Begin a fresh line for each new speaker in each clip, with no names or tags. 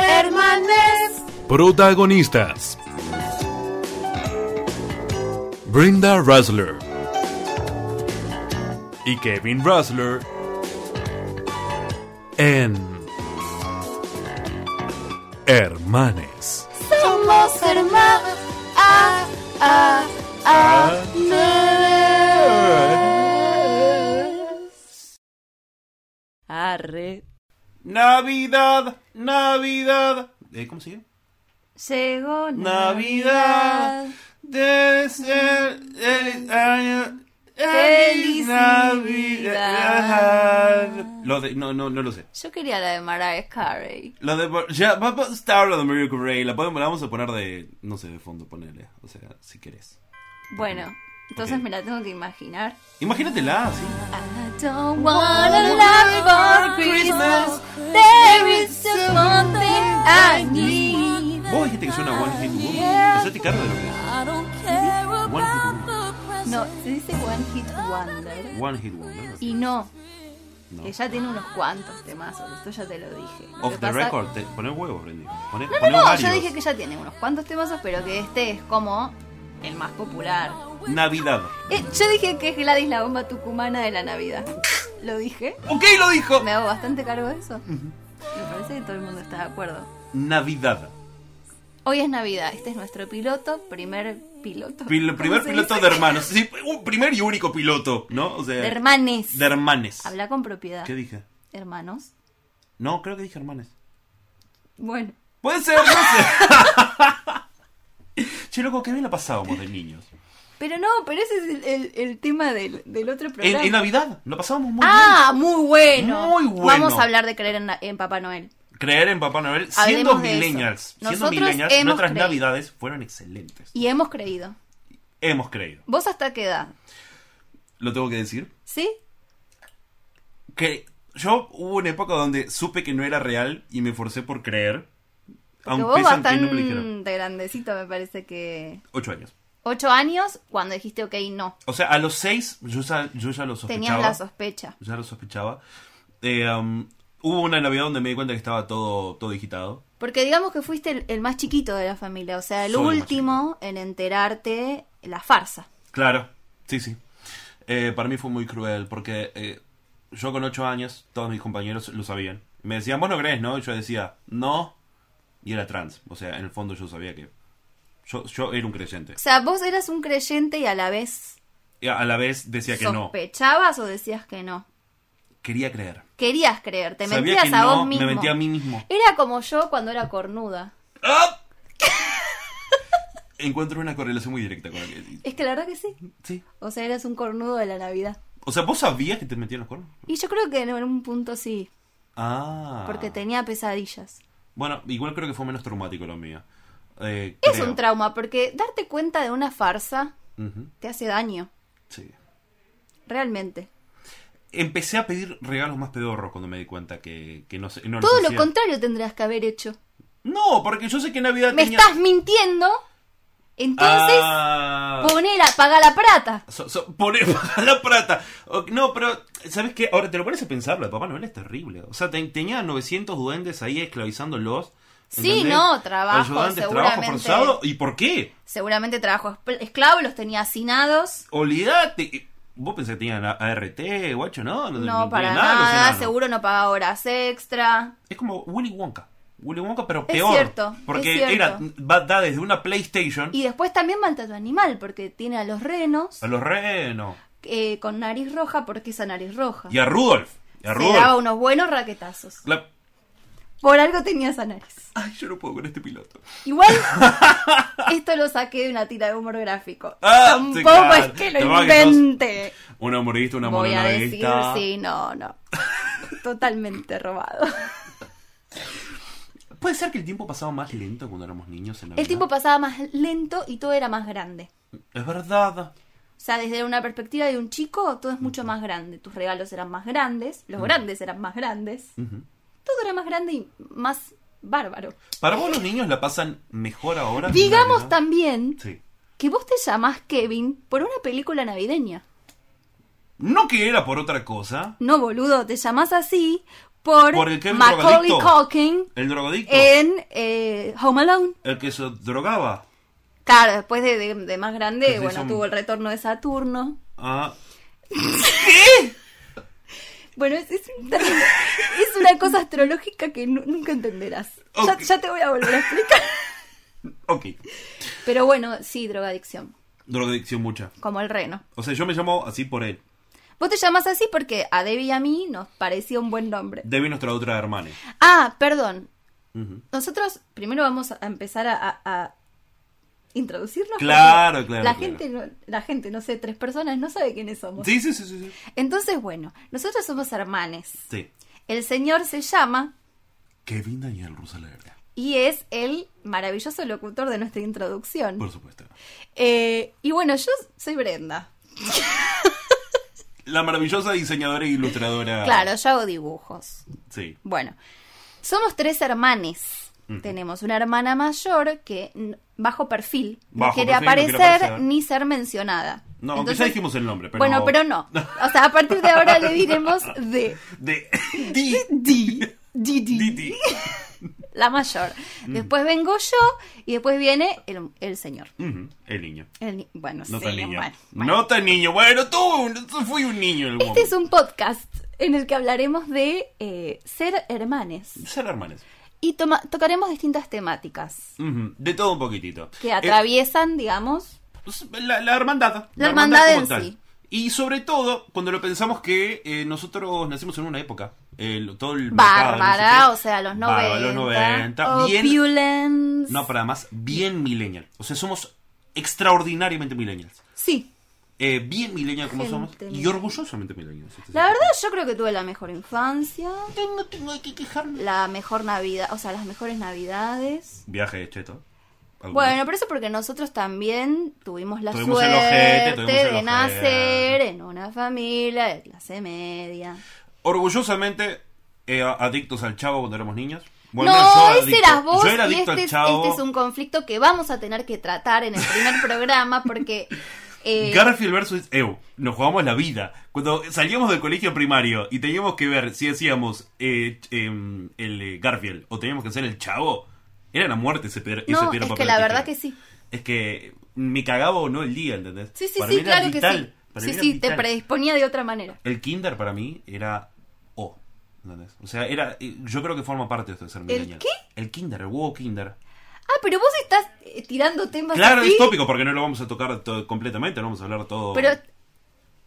Hermanes.
Protagonistas. Brenda Russler y Kevin Russler en Hermanes.
Somos hermanos. Ah, ah, ah. Arre.
Navidad, Navidad. ¿Eh, ¿Cómo sigue?
Llegó
Navidad. Desde el año.
Feliz Navidad.
Lo de, no, no, no lo sé.
Yo quería la de Mariah Carey.
Lo de. Ya, va a estar lo de Mary Ray. La, podemos, la vamos a poner de. No sé, de fondo, ponerle. O sea, si querés.
Bueno, entonces
Ok.
me la tengo que imaginar.
Imagínatela,
I
sí.
don't want a lot for Christmas. There is just one thing I need.
Vos dijiste que suena One Hit Woman. Hacete cargo de lo que es. One Hit Woman.
No, se dice One Hit Wonder.
One Hit Woman.
Y no,
No.
ella tiene unos cuantos temazos. Esto ya te lo dije. Lo que
Off the
pasa-
record, te, poné huevos, Brendy. Poné,
No, no,
poné
no,
varios.
yo dije que ella tiene unos cuantos temazos, pero que este es como el más popular.
Navidad.
Eh, yo dije que es Gladys la bomba tucumana de la Navidad. ¿Lo dije?
¡Ok, lo dijo!
Me hago bastante cargo de eso. Me parece que todo el mundo está de acuerdo.
Navidad.
Hoy es Navidad, este es nuestro piloto, primer piloto.
Pil- primer
¿Cómo se
piloto
dice?
de hermanos. Sí, un primer y único piloto, ¿no? O sea,
De hermanes.
de hermanes.
Habla con propiedad.
¿Qué dije?
Hermanos.
No, creo que dije hermanes.
Bueno,
Puede ser, no sé. che, loco, qué bien la pasábamos de niños.
pero no, pero ese es el, el- el tema del, del otro
En,
programa.
en Navidad, lo pasábamos muy
ah, muy bueno.
Muy bueno.
Vamos a hablar de creer en, na- en Papá Noel.
bien. Creer en Papá Noel, siendo
Hablemos de eso.
millennials, siendo
Nosotros
millennials,
hemos
nuestras
creído.
Navidades fueron excelentes.
Y hemos creído.
Hemos creído.
¿Vos hasta qué edad?
Lo tengo que decir.
¿Sí?
que yo hubo una época donde supe que no era real y me esforcé por creer.
Porque
aunque
vos
aunque no me lo
bastante
dijeron.
grandecito, me parece que...
Ocho años.
Ocho años cuando dijiste, ok, no.
O sea, a los seis yo ya, yo ya lo sospechaba.
Tenías la sospecha.
Ya lo sospechaba. Eh, um, hubo una Navidad donde me di cuenta que estaba todo, todo digitado.
Porque digamos que fuiste el, el más chiquito de la familia, o sea, el
Soy el más
último en enterarte la farsa.
Claro, sí, sí. Eh, para mí fue muy cruel porque eh, yo con ocho años todos mis compañeros lo sabían. Me decían, vos no crees, ¿no? Y yo decía, no. Y era trans. O sea, en el fondo yo sabía que... Yo, yo era un creyente.
O sea, vos eras un creyente y a la vez
Y a la vez decía que no.
sospechabas o decías que no.
quería creer.
Querías creer, te
Sabía
mentías
que
a
no,
vos mismo.
me mentía a mí mismo.
Era como yo cuando era cornuda.
¡Ah! Encuentro una correlación muy directa con lo que decís.
Es que la verdad que sí.
Sí.
O sea, eras un cornudo de la Navidad.
O sea, ¿vos sabías que te metían los cuernos?
Y yo creo que en un punto sí,
Ah.
porque tenía pesadillas.
Bueno, igual creo que fue menos traumático lo mío. Eh,
Es
creo.
un trauma, porque darte cuenta de una farsa
Ujú,
te hace daño,
Sí.
realmente.
Empecé a pedir regalos más pedorros cuando me di cuenta que, que no sé. No los
Todo lo
hacía.
contrario tendrías que haber hecho.
No, porque yo sé que Navidad
me
tenía.
estás mintiendo. Entonces,
Ah.
poné la, paga la plata.
So- so- pone baja la plata. O- No, pero, ¿sabes qué? Ahora te lo pones a pensar, lo de Papá Noel es terrible. O sea, te- tenía 900 duendes ahí esclavizándolos.
Sí, no, trabajo,
Ayudantes,
seguramente.
trabajo forzado. ¿Y por qué?
Seguramente trabajó espl- esclavo, los tenía hacinados.
Olvídate. ¿Vos pensás que tenían a- ART, guacho? No, no,
No,
no
para
tenían nada, los
nada,
enanos.
seguro no pagaba horas extra.
Es como Willy Wonka. Willy Wonka, pero
Es
peor.
cierto,
porque
es cierto.
era, va, da desde una PlayStation
Y después también maltrató animal, porque tiene a los renos
a los renos.
eh, con nariz roja, porque esa nariz roja.
Y a Rudolf. Y a
Se daba
Rudolf.
unos buenos raquetazos.
La-
Por algo tenía esa nariz.
Ay, yo no puedo con este piloto.
Igual, esto lo saqué de una tira de humor gráfico.
Ah,
Tampoco
sí, claro.
es que lo
Capaz que sos-
invente.
Una humorista, una
Voy a decir,
monologuista.
sí, no, no. Totalmente robado.
Puede ser que el tiempo pasaba más lento cuando éramos niños en la
El tiempo pasaba más lento y todo era más grande.
Es verdad.
O sea, desde una perspectiva de un chico, todo es mucho más grande. Tus regalos eran más grandes, los grandes eran más grandes.
Ujú.
Todo era más grande y más bárbaro.
Para vos los niños la pasan mejor ahora. que en
Digamos
Navidad?
también
Sí.
que vos te llamás Kevin por una película navideña.
No que era por otra cosa.
No, boludo, te llamás así por,
Por el que es
Macaulay
drogadicto.
Culkin
El drogadicto.
en eh, Home Alone.
El que se drogaba.
Claro, después de, de- de más grande,
Que se
bueno,
hizo un-
tuvo el retorno de Saturno.
Ah,
Bueno, es, es un término- es una cosa astrológica que nu- nunca entenderás. Ya-
Ok.
Ya, te voy a volver a explicar.
ok.
Pero bueno, sí, drogadicción,
Drogadicción mucha.
como el reno.
O sea, yo me llamo así por él.
Vos te llamas así porque a Debbie y a mí nos parecía un buen nombre.
Debbie, nuestra otra hermana.
Ah, perdón.
Ujú.
Nosotros primero vamos a empezar a, a- a introducirnos.
Claro,
porque
claro,
La
claro.
gente, no, la gente, no sé, tres personas no sabe quiénes somos.
Sí, sí, sí, sí. Sí.
Entonces, bueno, nosotros somos hermanes.
sí.
El señor se llama
Kevin Daniel Rusalerga.
y es el maravilloso locutor de nuestra introducción.
Por supuesto.
Eh, y bueno, yo soy Brenda.
La maravillosa diseñadora e ilustradora.
Claro, yo hago dibujos.
Sí.
Bueno, somos tres hermanes. Tenemos una hermana mayor que n- bajo perfil no
Bajo
quiere
perfil, no quiere
aparecer
aparecer.
ni ser mencionada.
No, aunque ya dijimos el nombre, pero-
Bueno, pero no. O sea, a partir de ahora le diremos de
De. Di.
Di, Di, Di,
Di, di.
la mayor. Después vengo yo y después viene el, el señor.
Ujú, El niño.
El ni- bueno,
No
sí,
tan niño.
bueno, bueno.
No tan niño. Bueno, tú fui un niño en el
Este es un podcast en el que hablaremos de eh, ser hermanes.
Ser hermanos.
Y toma- tocaremos distintas temáticas
Ujú, De todo un poquitito.
que
Eh,
atraviesan, digamos.
pues, la, la hermandad.
La hermandad
como
en
tal.
sí.
Y sobre todo, cuando lo pensamos que eh, nosotros nacimos en una época, el- todo el mercado, no sé
Bárbara,
qué.
o sea, los Oh, 90.
Bárbara, los 90, bien,
Opulence.
no, pero además, bien millennial. O sea, somos extraordinariamente millennials.
Sí.
Eh, bien millennial como
Gente
somos y
millennial.
orgullosamente millennials. Este
La
sí.
verdad, yo creo que tuve la mejor infancia,
Yo no tengo que quejarme.
la mejor Navidad, o sea, las mejores Navidades.
Viaje cheto. Algunos.
Bueno, pero eso porque nosotros también tuvimos la
Tuvimos el
suerte
ojete, tuvimos el
de
ojete.
nacer en una familia de clase media.
Orgullosamente eh, adictos al chavo cuando éramos niños. Bueno,
no,
yo
ese
adicto.
eras vos
Yo era
y este
adicto al
es,
chavo.
este es un conflicto que vamos a tener que tratar en el primer programa porque... eh,
Garfield versus Eu. Nos jugamos la vida. Cuando salíamos del colegio primario y teníamos que ver si hacíamos eh, ch- em, el eh, Garfield o teníamos que hacer el chavo, era la muerte ese piedra, ese
no,
piedra,
es que
papel,
la
tijera.
verdad que sí.
Es que me cagaba o no el día, ¿entendés?
Sí, sí,
Para
sí,
mí era
claro que sí.
vital, para
sí,
mí era
sí, te
vital.
predisponía de otra manera.
El kinder para mí era O. ¿Entendés? O sea, era, eh, yo creo que forma parte de esto de ser millennial.
qué?
El kinder, el huevo kinder.
Ah, pero vos estás eh, tirando temas
Claro,
así,
es tópico porque no lo vamos a tocar todo- completamente, no vamos a hablar todo.
pero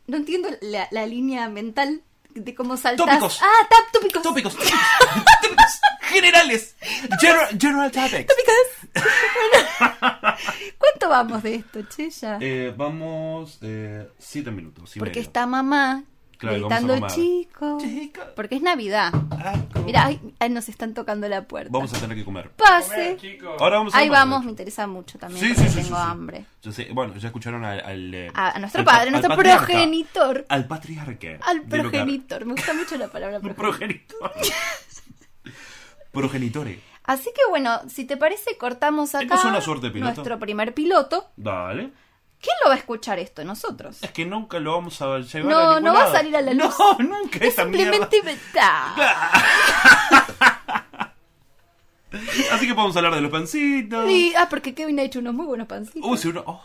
no entiendo la, la línea mental de cómo saltás.
Tópicos.
Ah, tap, tópicos.
Tópicos. Tópicos generales. General, general topics.
Tópicos. Bueno, ¿cuánto vamos de esto, che, ya?
Eh, vamos. Eh, siete minutos. y
Porque
medio.
está mamá
Claro, vamos a
gritando
mamá.
chico.
Chico.
Porque es Navidad.
Ah, como-
Mira, ahí, ahí nos están tocando la puerta.
Vamos a tener que comer.
Pase.
Ahora vamos a
Ahí
comer, de
vamos,
hecho.
me interesa mucho también
Sí, sí,
porque
sí, sí,
tengo
sí.
hambre.
Yo sé- bueno, ya escucharon al. al, eh,
A, a nuestro
al pa-
padre,
al
nuestro
patriarca.
progenitor.
Al patriarca.
Al
del hogar.
progenitor. Me gusta mucho la palabra progenitor.
Progenitor. Progenitore.
Así que bueno, si te parece, cortamos acá
Tenemos una suerte, piloto.
nuestro primer piloto.
Dale.
¿Quién lo va a escuchar esto? Nosotros.
Es que nunca lo vamos a llevar
No,
a ningún
no va a
lado.
salir a la luz.
No, nunca esta
Simplemente verdad.
mierda. Así que podemos hablar de los pancitos.
Y- ah, porque Kevin ha hecho unos muy buenos pancitos.
Uh, si uno. Oh,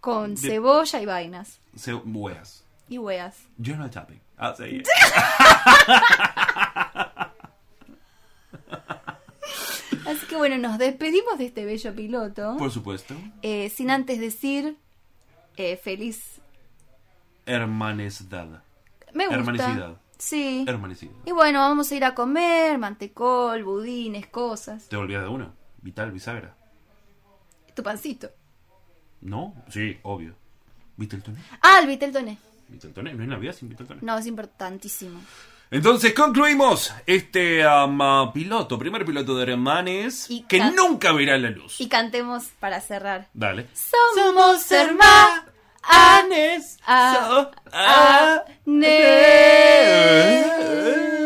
con
de-
cebolla y vainas.
se weas.
Y weas.
Yo no tapping. Ah, sí.
Así que bueno, nos despedimos de este bello piloto.
Por supuesto.
Eh, sin antes decir, eh, feliz.
Hermanesdad.
Me gusta.
Hermanicidad.
Sí.
Hermanesida.
y bueno, vamos a ir a comer mantecol, budines, cosas.
¿Te olvidas de uno? Vital, bisagra.
Tu pancito.
¿No? Sí, obvio. ¿Viteltoné?
Ah, el Viteltoné.
¿Viteltoné? ¿No es Navidad sin Viteltoné?
No, es importantísimo.
Entonces concluimos este um, ah, piloto, primer piloto de Hermanes,
Y
que
ca-
nunca verá la luz.
Y cantemos para cerrar.
Dale.
Somos hermanes. ah,
Ah, ah,
Anes.